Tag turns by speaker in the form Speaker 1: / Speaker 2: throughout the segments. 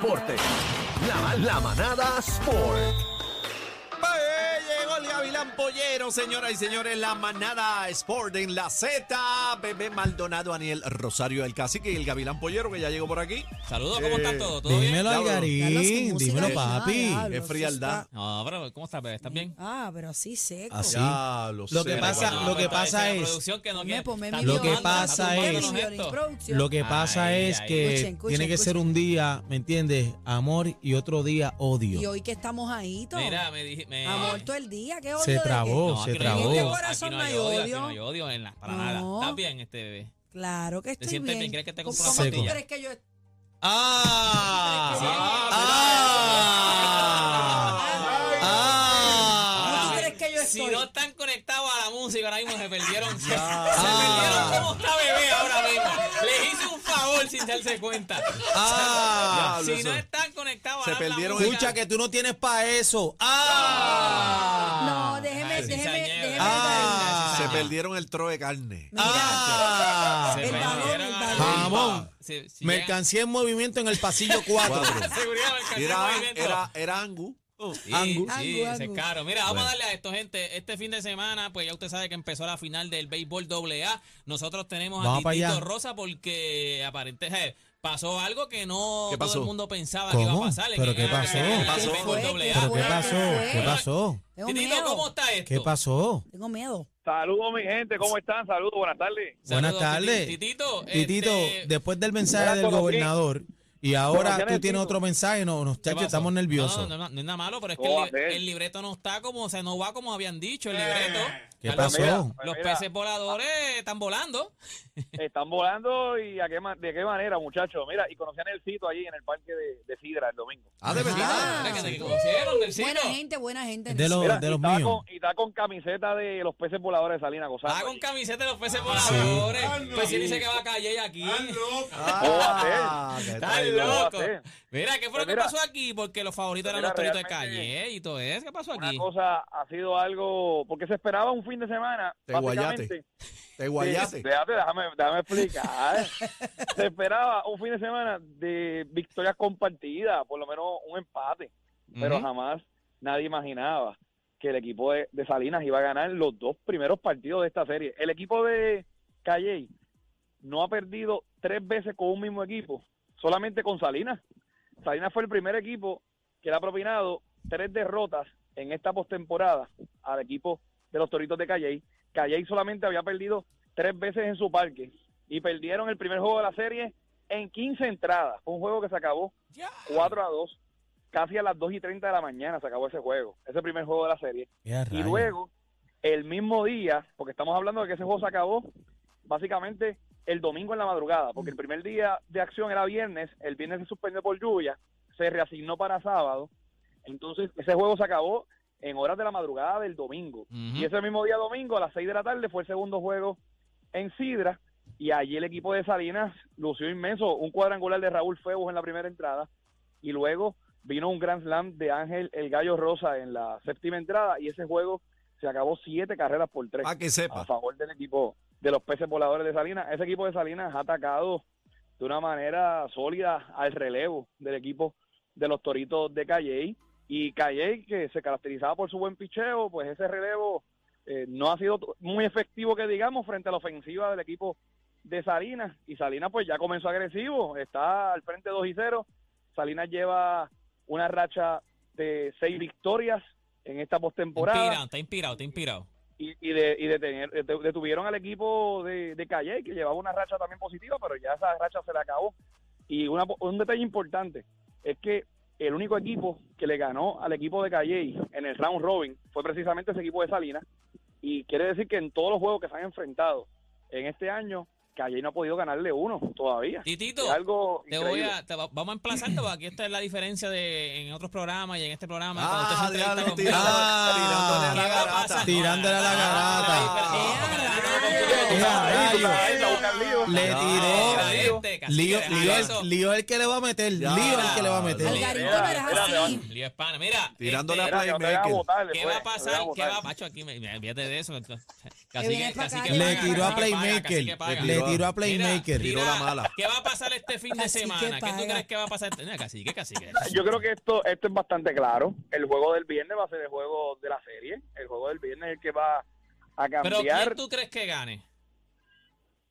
Speaker 1: deporte. La, la manada Sport.
Speaker 2: ¡Eh! Llegó el Gavilán Pollero, señoras y señores, la manada Sport en la Z. Bebé Maldonado, Aniel Rosario, el cacique y el Gavilán Pollero que ya llegó por aquí.
Speaker 3: Saludos, ¿cómo están todos? ¿Todo bien?
Speaker 4: Dímelo,
Speaker 2: Diablo.
Speaker 5: Carlos, sin
Speaker 4: Algarín.
Speaker 5: música
Speaker 4: Dímelo,
Speaker 5: ni nada,
Speaker 4: papi.
Speaker 5: diablo,
Speaker 2: Qué
Speaker 5: eso
Speaker 2: frialdad.
Speaker 5: está-
Speaker 3: No, pero ¿cómo estás, bebé? ¿Estás bien?
Speaker 5: Ah, pero así seco.
Speaker 4: Así.
Speaker 2: Ya lo,
Speaker 4: Lo que
Speaker 2: sé,
Speaker 4: pasa-
Speaker 2: papá.
Speaker 4: lo que pasa es-
Speaker 3: Producción que no
Speaker 5: Ponme,
Speaker 3: quiere-
Speaker 5: ponme
Speaker 3: está
Speaker 5: mi
Speaker 4: Lo que
Speaker 5: Giovanni,
Speaker 3: tumbando,
Speaker 4: pasa
Speaker 3: está
Speaker 5: ponme mi
Speaker 4: es-
Speaker 3: tumbando
Speaker 5: Giovanni
Speaker 3: esto.
Speaker 5: Producción.
Speaker 4: Lo que pasa
Speaker 3: Ay,
Speaker 4: es
Speaker 3: ay.
Speaker 4: que
Speaker 5: Escuchen, escuchen,
Speaker 4: tiene que ser
Speaker 5: escuchen.
Speaker 4: un día, ¿me entiendes? Amor y otro día odio.
Speaker 5: Y hoy que estamos ahí, todo.
Speaker 3: Mira, me dije... Me...
Speaker 5: Amor todo el día, qué odio
Speaker 4: Se
Speaker 5: de qué?
Speaker 4: trabó.
Speaker 3: aquí
Speaker 4: Oh, se
Speaker 3: no hay
Speaker 4: trabó.
Speaker 3: odio,
Speaker 5: En este corazón
Speaker 3: aquí
Speaker 5: no hay
Speaker 3: Aquí
Speaker 5: odio.
Speaker 3: no hay odio en la, para
Speaker 5: No.
Speaker 3: nada. ¿Estás bien, este bebé?
Speaker 5: Claro que estoy
Speaker 3: sientes
Speaker 5: bien.
Speaker 3: bien? ¿Crees que te
Speaker 5: ¿Cómo
Speaker 3: compro
Speaker 4: una
Speaker 5: tú
Speaker 4: pastilla?
Speaker 5: crees que yo estoy?
Speaker 4: ¡Ah!
Speaker 3: Ah,
Speaker 4: ¡Ah!
Speaker 5: ¿Cómo tú
Speaker 3: Ahora,
Speaker 5: crees que yo
Speaker 3: Si
Speaker 5: estoy?
Speaker 3: no están conectados a la música, ahora mismo se perdieron. se
Speaker 4: Ah.
Speaker 3: perdieron cómo está bebé ahora mismo. Les hice un favor sin darse cuenta.
Speaker 4: ¡Ah!
Speaker 2: Diablo,
Speaker 3: Si no
Speaker 2: eso.
Speaker 3: están conectados
Speaker 2: Se
Speaker 3: a la
Speaker 2: perdieron
Speaker 3: música,
Speaker 4: Escucha que tú no tienes para eso. ¡Ah!
Speaker 5: No, déjeme,
Speaker 3: Ay,
Speaker 5: déjeme,
Speaker 3: cizañero.
Speaker 5: déjeme.
Speaker 4: Ah.
Speaker 3: Ay,
Speaker 2: Se
Speaker 3: cizañero.
Speaker 2: perdieron el tro de carne.
Speaker 5: Mira,
Speaker 4: ¡Ah!
Speaker 5: el balón, el
Speaker 3: perdieron a la-
Speaker 5: balón.
Speaker 4: Jamón.
Speaker 3: Si- si llegan-
Speaker 4: Mercancía en movimiento en el pasillo 4.
Speaker 2: Cuatro.
Speaker 3: Seguridad, mercancía en
Speaker 2: Era,
Speaker 3: movimiento.
Speaker 2: era, era Angu.
Speaker 3: Sí, sí,
Speaker 4: Angu.
Speaker 5: Angu,
Speaker 3: ese es
Speaker 5: Angu.
Speaker 3: caro. Mira, vamos
Speaker 2: Bueno.
Speaker 3: a darle a esto, gente. Este fin de semana, pues ya usted sabe que empezó la final del béisbol AA. Nosotros tenemos
Speaker 4: Vamos
Speaker 3: a
Speaker 4: para
Speaker 3: Titito
Speaker 4: allá.
Speaker 3: Rosa porque aparentemente eh, pasó algo que no
Speaker 2: ¿Qué
Speaker 3: todo
Speaker 2: pasó?
Speaker 3: el mundo pensaba que iba
Speaker 4: ¿Cómo?
Speaker 3: a pasar.
Speaker 4: ¿Pero qué pasó?
Speaker 3: ¿Qué
Speaker 2: pasó?
Speaker 4: ¿Pero qué pasó? ¿Qué pasó?
Speaker 5: Tengo
Speaker 3: Titito, ¿cómo
Speaker 5: miedo.
Speaker 3: está esto?
Speaker 4: ¿Qué pasó?
Speaker 5: Tengo miedo.
Speaker 6: Saludos, mi gente, ¿cómo están? Saludos, buenas tardes.
Speaker 3: Saludos,
Speaker 4: Buenas tardes.
Speaker 3: Titito,
Speaker 4: Titito,
Speaker 3: este,
Speaker 4: después del mensaje
Speaker 6: ya
Speaker 4: del
Speaker 6: conocí.
Speaker 4: gobernador y ahora
Speaker 6: Conocí al
Speaker 4: tú tienes
Speaker 6: Tito.
Speaker 4: otro mensaje, no, nos
Speaker 3: ¿Qué
Speaker 4: chacho,
Speaker 3: pasó?
Speaker 4: estamos
Speaker 3: No,
Speaker 4: nerviosos.
Speaker 3: no, no, no es nada malo, pero es que
Speaker 6: ¿Cómo
Speaker 3: el,
Speaker 6: va a
Speaker 3: li-
Speaker 6: ser?
Speaker 3: el libreto no está como, o sea, no va como habían dicho el libreto.
Speaker 4: Eh, ¿Qué
Speaker 3: Carlos,
Speaker 4: pasó?
Speaker 6: Mira,
Speaker 3: Los
Speaker 6: mira,
Speaker 3: peces voladores están volando.
Speaker 6: Están volando y a qué ma- de qué manera, muchachos. Mira, y conocí a Nelsito allí en el parque de, de Sidra el domingo.
Speaker 2: Ah, de
Speaker 5: Ah.
Speaker 2: verdad.
Speaker 3: Mira, que te conocieron, Nelsito.
Speaker 5: Buena gente, buena gente.
Speaker 4: De los-
Speaker 5: Nelsito.
Speaker 6: Mira,
Speaker 4: de
Speaker 6: y, está
Speaker 4: míos.
Speaker 6: con, y está con camiseta de los peces voladores de Salina Gozando.
Speaker 3: Ah, con
Speaker 6: allí.
Speaker 3: camiseta de los peces voladores. Pues si dice que va a calle aquí.
Speaker 6: Oh,
Speaker 2: Ah, qué
Speaker 3: Estás
Speaker 2: traidor.
Speaker 6: loco.
Speaker 3: loco. Mira, ¿qué fue lo
Speaker 6: Pues
Speaker 3: que
Speaker 6: mira,
Speaker 3: pasó aquí? Porque los favoritos eran
Speaker 6: mira,
Speaker 3: los toritos de
Speaker 6: realmente,
Speaker 3: calle ¿eh? y todo eso. ¿Qué pasó
Speaker 6: Una
Speaker 3: aquí?
Speaker 6: cosa ha sido algo, porque se esperaba un fin de semana.
Speaker 2: Te
Speaker 6: básicamente.
Speaker 2: guayaste. Te guayaste.
Speaker 6: Sí, déjate, déjame, déjame explicar. se esperaba un fin de semana de victorias compartidas, por lo menos un empate. pero
Speaker 3: Ujú.
Speaker 6: jamás nadie imaginaba que el equipo de, de Salinas iba a ganar los dos primeros partidos de esta serie. El equipo de Calley no ha perdido tres veces con un mismo equipo, solamente con Salinas. Salinas fue el primer equipo que le ha propinado tres derrotas en esta postemporada al equipo de los Toritos de Calley. Calley solamente había perdido tres veces en su parque y perdieron el primer juego de la serie en 15 entradas. Fue un juego que se acabó 4 a 2 casi a las 2 y 30 de la mañana se acabó ese juego, ese primer juego de la serie.
Speaker 4: Ya,
Speaker 6: Y
Speaker 4: rayos.
Speaker 6: luego, el mismo día, porque estamos hablando de que ese juego se acabó básicamente el domingo en la madrugada, porque el primer día de acción era viernes, el viernes se suspendió por lluvia, se reasignó para sábado, entonces ese juego se acabó en horas de la madrugada del domingo.
Speaker 3: Ujú.
Speaker 6: Y ese mismo día domingo, a las 6 de la tarde, fue el segundo juego en Sidra. Y allí el equipo de Salinas lució inmenso. Un cuadrangular de Raúl Febus en la primera entrada. Y luego vino un Grand Slam de Ángel El Gallo Rosa en la séptima entrada. Y ese juego se acabó siete carreras por tres
Speaker 2: Para Ah, que
Speaker 6: a
Speaker 2: sepa.
Speaker 6: favor del equipo de los peces voladores de Salinas. Ese equipo de Salinas ha atacado de una manera sólida al relevo del equipo de los Toritos de Calley. Y Calley, que se caracterizaba por su buen picheo, pues ese relevo eh, no ha sido t- muy efectivo, que digamos, frente a la ofensiva del equipo de Salinas. Y Salinas pues ya comenzó agresivo, está al frente 2 y 0. Salinas lleva una racha de seis victorias en esta
Speaker 3: Está
Speaker 6: postemporada
Speaker 3: inspirado, está inspirado, está inspirado.
Speaker 6: y, y, de, y detener- det- detuvieron al equipo de, de Calle, que llevaba una racha también positiva, pero ya esa racha se le acabó. Y una, po- un detalle importante es que el único equipo que le ganó al equipo de Calle en el round robin fue precisamente ese equipo de Salinas. Y quiere decir que en todos los juegos que se han enfrentado en este año, Calle no ha podido ganarle uno todavía.
Speaker 3: Titito,
Speaker 6: Es algo
Speaker 3: te voy
Speaker 6: increíble.
Speaker 3: a, te va- vamos a emplazarte porque aquí está la diferencia de en otros programas y en este programa. cuando usted se
Speaker 2: Ah,
Speaker 3: entrevista
Speaker 2: diablo,
Speaker 3: conmigo.
Speaker 2: tirando-
Speaker 4: Ah.
Speaker 2: tirándole a la
Speaker 3: ¿Qué va a pasar?
Speaker 2: garata.
Speaker 4: Tirándole a la garata.
Speaker 3: Ah,
Speaker 5: Eh,
Speaker 3: pero-
Speaker 6: Ahí,
Speaker 2: ah,
Speaker 4: rayos.
Speaker 6: ahí, ahí, ahí, ahí, ahí, ahí, ahí, ahí,
Speaker 4: Le
Speaker 6: ahí,
Speaker 4: tiró.
Speaker 6: ahí, ahí, ahí, ahí,
Speaker 3: Caliente,
Speaker 4: Lío,
Speaker 3: Cacique,
Speaker 4: lío,
Speaker 3: deja
Speaker 4: es-
Speaker 3: eso.
Speaker 4: lío es el que le va a meter.
Speaker 2: Ya,
Speaker 4: lío es el que le va a
Speaker 2: no.
Speaker 5: Al
Speaker 4: meter.
Speaker 5: garito,
Speaker 6: Mira,
Speaker 5: pero es
Speaker 6: mira,
Speaker 5: así.
Speaker 3: Lío es pana. Mira,
Speaker 2: Tirándole
Speaker 3: este,
Speaker 2: a
Speaker 6: Mira, que no te hagan
Speaker 2: Playmaker.
Speaker 6: votar
Speaker 3: ¿Qué
Speaker 6: después,
Speaker 3: va a
Speaker 6: no te
Speaker 3: pasar?
Speaker 6: hagan
Speaker 3: ¿Qué va a
Speaker 6: votar.
Speaker 3: Macho, aquí me, me olvídate de eso.
Speaker 5: viene
Speaker 3: Cacique,
Speaker 5: pa'
Speaker 3: cacique
Speaker 5: acá.
Speaker 3: paga,
Speaker 4: Le tiró a
Speaker 3: cacique paga,
Speaker 4: Playmaker.
Speaker 3: cacique paga.
Speaker 4: Le tiró a Playmaker.
Speaker 2: Tiró la mala.
Speaker 3: ¿Qué va a pasar este fin de
Speaker 5: Cacique
Speaker 3: semana? ¿Qué tú
Speaker 5: paga.
Speaker 3: crees que va a pasar? Mira, cacique, cacique.
Speaker 6: Yo creo que esto, esto es bastante claro. El juego del viernes va a ser el juego de la serie. El juego del viernes es el que va a
Speaker 3: Pero ¿quién
Speaker 6: cambiar.
Speaker 3: tú crees que gane?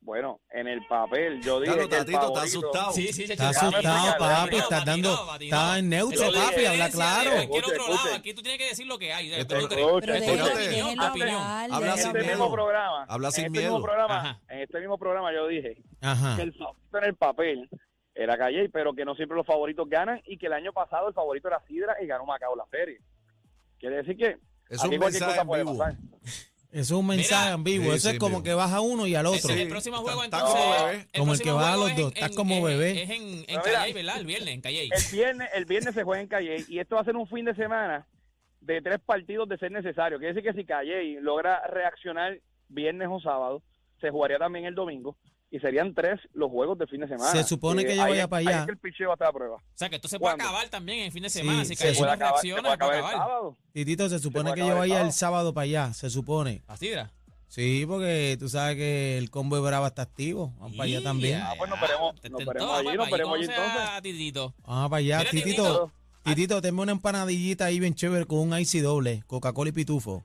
Speaker 6: Bueno, en el papel, yo dije
Speaker 2: Claro,
Speaker 6: que el
Speaker 2: Tatito, está
Speaker 6: favorito-
Speaker 2: asustado.
Speaker 3: Sí, sí, sí.
Speaker 4: Está
Speaker 6: asustado, papi,
Speaker 4: estás dando- estás en neutro,
Speaker 6: papi,
Speaker 4: habla claro.
Speaker 3: Quiero otro
Speaker 6: Escuchen,
Speaker 3: lado.
Speaker 6: escuchen.
Speaker 3: Aquí tú tienes que decir lo que hay.
Speaker 2: Esto-
Speaker 3: Pero
Speaker 6: Escuchen,
Speaker 5: Pero
Speaker 2: Este,
Speaker 5: déjelo,
Speaker 2: no te-
Speaker 5: déjelo
Speaker 3: opinión, opinión.
Speaker 5: hablar,
Speaker 2: Habla
Speaker 5: déjelo
Speaker 2: sin
Speaker 6: En este
Speaker 5: hablar.
Speaker 2: miedo.
Speaker 6: mismo programa,
Speaker 2: Habla sin
Speaker 6: en este
Speaker 2: miedo.
Speaker 6: mismo programa,
Speaker 3: Ajá.
Speaker 6: en este mismo programa yo dije
Speaker 4: Ajá.
Speaker 6: que el favorito en el papel era Calle, pero que no siempre los favoritos ganan y que el año pasado el favorito era Sidra y ganó Macao la serie. Quiere decir que
Speaker 2: Es
Speaker 6: aquí
Speaker 2: un
Speaker 6: cualquier
Speaker 2: mensaje
Speaker 6: cosa
Speaker 2: en
Speaker 6: puede
Speaker 2: vivo.
Speaker 6: pasar.
Speaker 4: Eso es un mensaje
Speaker 3: Mira.
Speaker 4: ambiguo.
Speaker 2: Sí,
Speaker 4: Eso
Speaker 2: sí,
Speaker 4: es como
Speaker 2: ambiguo.
Speaker 4: que baja uno y al otro.
Speaker 3: Ese es
Speaker 2: Sí,
Speaker 3: el próximo juego,
Speaker 2: está- está
Speaker 3: entonces.
Speaker 2: como bebé.
Speaker 4: Como el
Speaker 3: próximo
Speaker 4: que va a
Speaker 3: juego
Speaker 4: los
Speaker 3: es
Speaker 4: dos,
Speaker 3: en-
Speaker 4: está como
Speaker 3: en-
Speaker 4: bebé.
Speaker 3: Es en, en
Speaker 6: Pero
Speaker 3: Calley,
Speaker 6: mira.
Speaker 3: ¿verdad? El viernes, en Calley.
Speaker 6: El viernes, el viernes se juega en Calle y esto va a ser un fin de semana de tres partidos de ser necesario. Quiere decir que si Calle logra reaccionar viernes o sábado, se jugaría también el domingo y serían tres los juegos de fin de semana.
Speaker 4: Se supone
Speaker 6: Eh,
Speaker 4: que yo
Speaker 6: ahí
Speaker 4: vaya
Speaker 6: es-
Speaker 4: para
Speaker 6: ahí
Speaker 4: allá.
Speaker 6: es que el picheo está a prueba.
Speaker 3: O sea, que esto se puede
Speaker 6: ¿Cuándo?
Speaker 3: acabar también en el fin de
Speaker 4: Sí,
Speaker 3: semana. si
Speaker 4: se
Speaker 3: Calley
Speaker 6: Se
Speaker 3: no
Speaker 6: puede acabar, se
Speaker 3: reacciona,
Speaker 6: puede
Speaker 3: se puede
Speaker 6: acabar el
Speaker 3: acabar.
Speaker 6: sábado.
Speaker 4: Titito, se supone
Speaker 6: puede
Speaker 4: que yo
Speaker 6: acabar el
Speaker 4: vaya el
Speaker 6: sábado.
Speaker 4: sábado para allá. Se supone.
Speaker 3: Así era.
Speaker 4: Sí, porque tú sabes que el combo de Brava está activo. Vamos para allá también.
Speaker 3: Ya,
Speaker 6: Ah, pues nos
Speaker 3: ya.
Speaker 6: veremos-
Speaker 3: Te-
Speaker 6: nos
Speaker 3: te-
Speaker 6: veremos
Speaker 3: todo,
Speaker 6: allí,
Speaker 3: papá,
Speaker 6: nos veremos allí
Speaker 3: conoces a
Speaker 6: entonces.
Speaker 3: Titito.
Speaker 4: Vamos para allá,
Speaker 3: Mira,
Speaker 4: Titito.
Speaker 3: Titito.
Speaker 4: Titito, tenme una empanadillita ahí bien chévere con un icy doble, Coca-Cola y pitufo.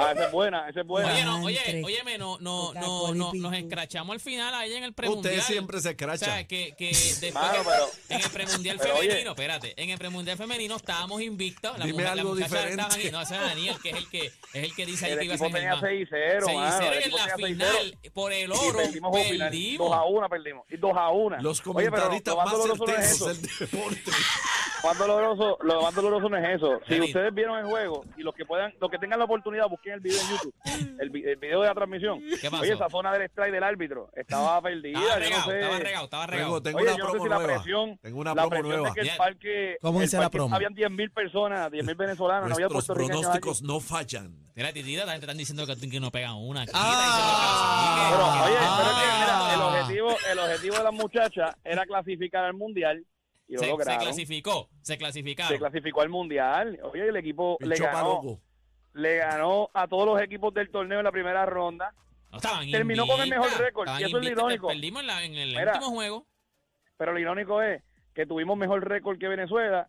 Speaker 6: Ah, esa es buena, esa es buena.
Speaker 3: Oye, no,
Speaker 5: Entre
Speaker 3: oye, óyeme, no, no,
Speaker 5: Coca-Cola
Speaker 3: no,
Speaker 5: y
Speaker 3: no-
Speaker 5: Pitu.
Speaker 3: nos escrachamos al final ahí en el premundial.
Speaker 2: Ustedes siempre se
Speaker 3: O
Speaker 2: escrachan.
Speaker 3: sea, que, que después
Speaker 6: Mano,
Speaker 3: que-
Speaker 6: pero-
Speaker 3: en el premundial
Speaker 6: pero oye.
Speaker 3: femenino, espérate, en el premundial femenino estábamos invictos. La
Speaker 2: Dime
Speaker 3: mujer,
Speaker 2: algo
Speaker 3: la muchacha
Speaker 2: diferente.
Speaker 3: estaba aquí. No, ese es Daniel, que es el que, es el que dice ahí
Speaker 6: El
Speaker 3: que iba a
Speaker 6: equipo
Speaker 3: ser
Speaker 6: tenía 6-0, mano, el
Speaker 3: en
Speaker 6: equipo
Speaker 3: la
Speaker 6: tenía 6-0.
Speaker 3: final, por el
Speaker 6: Y
Speaker 3: oro,
Speaker 6: perdimos juego final.
Speaker 3: perdimos.
Speaker 6: 2 a 1 perdimos. Y 2 a 1.
Speaker 2: Los
Speaker 6: Oye, pero
Speaker 2: comentaristas
Speaker 6: lo más
Speaker 2: más
Speaker 6: doloroso no es
Speaker 2: certeros
Speaker 6: eso.
Speaker 2: del deporte.
Speaker 6: Ah, Lo más doloroso, lo más doloroso no es eso. Si
Speaker 3: Dani.
Speaker 6: ustedes vieron el juego y los que puedan, los que tengan la oportunidad, busquen el video en YouTube. El, vi- el video de la transmisión.
Speaker 3: ¿Qué pasó?
Speaker 6: Oye, esa zona del strike del árbitro estaba perdida.
Speaker 3: Estaba
Speaker 6: yo no
Speaker 3: regado,
Speaker 6: sé.
Speaker 3: estaba regado, estaba
Speaker 2: Tengo,
Speaker 3: regado.
Speaker 2: tengo
Speaker 6: Oye,
Speaker 2: una
Speaker 6: yo no sé
Speaker 2: promo
Speaker 6: si la
Speaker 2: nueva.
Speaker 6: presión,
Speaker 2: Tengo una
Speaker 6: la
Speaker 2: promo
Speaker 6: presión
Speaker 2: nueva.
Speaker 6: de que
Speaker 3: Ya.
Speaker 6: el parque,
Speaker 4: ¿Cómo
Speaker 6: el
Speaker 4: dice la
Speaker 6: parque
Speaker 4: promo?
Speaker 6: habían 10.000 personas, 10.000 venezolanos, no había
Speaker 2: Nuestros
Speaker 6: puertorriqueños allí.
Speaker 2: pronósticos no fallan.
Speaker 3: Mira, titita, la gente están diciendo que, que no pegan una. Aquí,
Speaker 4: Ah.
Speaker 6: Pero,
Speaker 3: está
Speaker 6: oye,
Speaker 3: diciendo que-
Speaker 6: pero es que, mira, el
Speaker 4: Ah.
Speaker 6: objetivo, el objetivo de las muchachas era clasificar al mundial y lo
Speaker 3: se, se
Speaker 6: lograron. Se,
Speaker 3: clasificó, se clasificaron.
Speaker 6: clasificó al mundial. Oye, el equipo le
Speaker 2: Pichó
Speaker 6: ganó,
Speaker 2: paloco.
Speaker 6: le ganó a todos los equipos del torneo en la primera ronda.
Speaker 3: No, estaban
Speaker 6: Terminó con el
Speaker 3: invictas,
Speaker 6: mejor récord,
Speaker 3: estaban
Speaker 6: y eso es lo
Speaker 3: invictas,
Speaker 6: irónico.
Speaker 3: Perdimos en, la- en el
Speaker 6: Mira.
Speaker 3: último juego.
Speaker 6: Pero lo irónico es que tuvimos mejor récord que Venezuela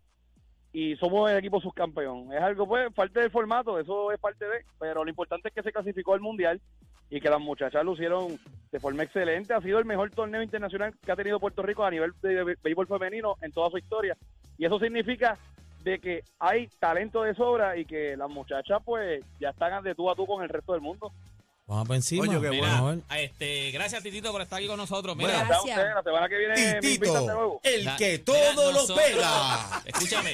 Speaker 6: y somos el equipo subcampeón. Es algo, pues, parte del formato, eso es parte de. Pero lo importante es que se clasificó al mundial y que las muchachas lucieron de forma excelente. Ha sido el mejor torneo internacional que ha tenido Puerto Rico a nivel de be- béisbol femenino en toda su historia. Y eso significa de que hay talento de sobra y que las muchachas, pues, ya están de tú a tú con el resto del mundo.
Speaker 4: Vamos para encima.
Speaker 2: Coño, qué
Speaker 3: Mira,
Speaker 4: Vamos a ver.
Speaker 3: a este, gracias, Titito, por estar aquí con nosotros. Mira,
Speaker 2: Bueno,
Speaker 6: Ya
Speaker 5: Gracias.
Speaker 6: ustedes, la semana que viene Eh, me invitan de nuevo.
Speaker 4: Titito, el
Speaker 3: la-
Speaker 4: que
Speaker 3: mira,
Speaker 4: todo lo
Speaker 3: nosotros-
Speaker 4: pega.
Speaker 3: Escúchame,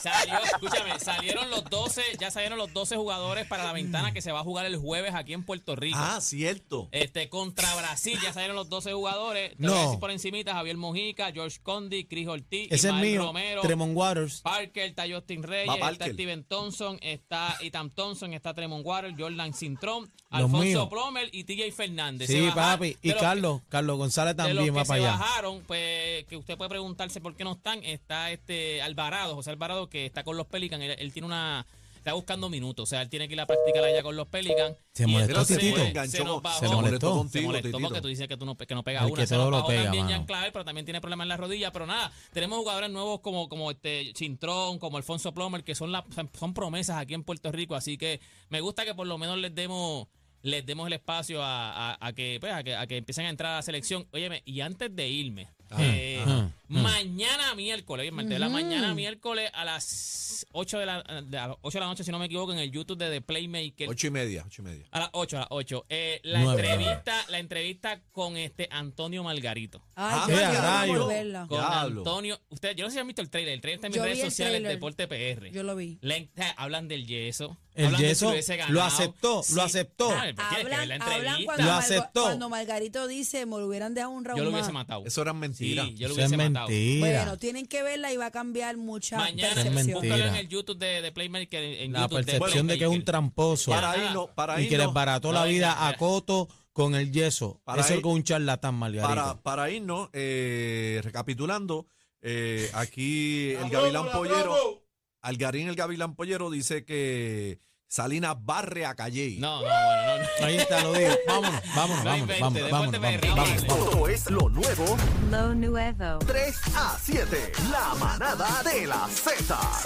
Speaker 3: salió, escúchame, salieron los 12, ya salieron los 12 jugadores para la ventana que se va a jugar el jueves aquí en Puerto Rico.
Speaker 2: Ah, cierto.
Speaker 3: Este, contra Brasil, ya salieron los 12 jugadores. Te
Speaker 4: No.
Speaker 3: voy a decir por encimita, Javier Mojica, George Condi, Chris Ortiz,
Speaker 4: Ese es
Speaker 3: Ismael
Speaker 4: mío.
Speaker 3: Romero,
Speaker 4: Tremont Waters.
Speaker 3: Parker, está Justin Reyes,
Speaker 2: Va
Speaker 3: está
Speaker 2: Parker.
Speaker 3: Steven Thompson, está Itam Thompson, está Tremont Water, Jordan Cintrón,
Speaker 4: Los
Speaker 3: Alfonso
Speaker 4: míos.
Speaker 3: Plomer y TJ Fernández. Se
Speaker 4: Sí,
Speaker 3: bajaron-
Speaker 4: papi.
Speaker 3: de
Speaker 4: Y
Speaker 3: los-
Speaker 4: Carlos, Carlos González
Speaker 3: de los
Speaker 4: también va
Speaker 3: que se
Speaker 4: para allá.
Speaker 3: bajaron, pues que usted puede preguntarse por qué no están, está este Alvarado, José Alvarado, que está con los Pelicans, él, él tiene una... Está buscando minutos, o sea, él tiene que ir a practicar allá con los Pelicans.
Speaker 4: Se
Speaker 3: Y
Speaker 4: molestó,
Speaker 2: Pero
Speaker 3: entonces,
Speaker 2: Titito
Speaker 3: pues,
Speaker 2: enganchó.
Speaker 3: se nos bajó.
Speaker 2: Se molestó
Speaker 4: Se
Speaker 3: Se
Speaker 2: contigo,
Speaker 3: molestó
Speaker 2: Titito.
Speaker 3: porque tú dices que tú no, que no pegas
Speaker 4: Al
Speaker 3: una.
Speaker 4: que
Speaker 3: se
Speaker 4: todo
Speaker 3: nos
Speaker 4: lo
Speaker 3: bajó
Speaker 4: pega,
Speaker 3: también
Speaker 4: mano.
Speaker 3: Jan Clavel, pero también tiene problemas en la rodilla. Pero nada, tenemos jugadores nuevos como, como este Chintrón, como Alfonso Plomer, que son, la, son promesas aquí en Puerto Rico. Así que me gusta que por lo menos les demos les demos el espacio a, a- a que, pues, a que a que empiecen a entrar a la selección. Óyeme, y antes de irme,
Speaker 4: Ah,
Speaker 3: eh,
Speaker 4: ajá, ajá.
Speaker 3: mañana miércoles, oye, Marta, de la
Speaker 5: Ujú.
Speaker 3: mañana miércoles a las 8 de la, de las 8 de la noche, si no me equivoco, en el YouTube de The Playmaker.
Speaker 2: Ocho y media, ocho y media.
Speaker 3: A las 8, a las 8. la
Speaker 4: Nueve.
Speaker 3: entrevista, la entrevista con este Antonio Margarito.
Speaker 2: Ah,
Speaker 5: Ay, yo
Speaker 4: vaya,
Speaker 5: quiero
Speaker 4: rayo.
Speaker 5: volverla.
Speaker 3: Con
Speaker 2: Diablo.
Speaker 3: Antonio. Ustedes, yo no sé si han visto el trailer. El trailer está en mis
Speaker 5: Yo vi
Speaker 3: redes
Speaker 5: el
Speaker 3: sociales,
Speaker 5: trailer.
Speaker 3: Deporte PR.
Speaker 5: Yo lo vi.
Speaker 3: La en- ah, hablan del yeso.
Speaker 4: El
Speaker 3: hablan de si
Speaker 4: yeso,
Speaker 3: hubiese ganado.
Speaker 4: lo aceptó, lo aceptó.
Speaker 3: Ah, pero tienes que ver la
Speaker 5: Hablan, hablan
Speaker 3: entrevista.
Speaker 5: cuando,
Speaker 4: Lo
Speaker 5: Margo-
Speaker 4: aceptó.
Speaker 5: cuando Margarito dice, me lo hubieran dejado un round
Speaker 3: Yo lo hubiese
Speaker 5: más".
Speaker 3: matado.
Speaker 2: Eso eran mentiras.
Speaker 3: Sí, yo lo
Speaker 4: Eso es
Speaker 3: hubiese matado.
Speaker 5: Bueno,
Speaker 4: mentira.
Speaker 5: tienen que verla y va a cambiar mucha
Speaker 3: Mañana,
Speaker 5: percepción.
Speaker 4: mentira.
Speaker 3: búscalo en el YouTube de, de Playmaker. En, en
Speaker 4: La
Speaker 3: YouTube
Speaker 4: percepción de que es un
Speaker 3: Playmaker.
Speaker 4: tramposo.
Speaker 2: Para ahí no, para ahí
Speaker 4: Y que
Speaker 2: no.
Speaker 4: les barató
Speaker 3: No,
Speaker 4: la
Speaker 3: venga,
Speaker 4: vida a
Speaker 3: mira.
Speaker 4: Coto, con el yeso.
Speaker 2: Para
Speaker 4: Eso
Speaker 2: ahí-
Speaker 4: es con un charlatán, Margarita.
Speaker 2: Para, para irnos, eh, recapitulando, eh, aquí el Gavilán Pollero, Algarín el Gavilán Pollero dice que Salinas barre a Calle.
Speaker 3: No, no, bueno, no, no.
Speaker 4: Ahí está, lo digo. Vámonos, vámonos,
Speaker 3: No inventes,
Speaker 4: vámonos,
Speaker 3: después
Speaker 4: vámonos, vámonos,
Speaker 3: te me
Speaker 4: vámonos,
Speaker 3: ríes.
Speaker 1: Esto
Speaker 4: vámonos.
Speaker 1: es lo nuevo
Speaker 7: Lo nuevo.
Speaker 1: 3 a 7. La manada de la Z.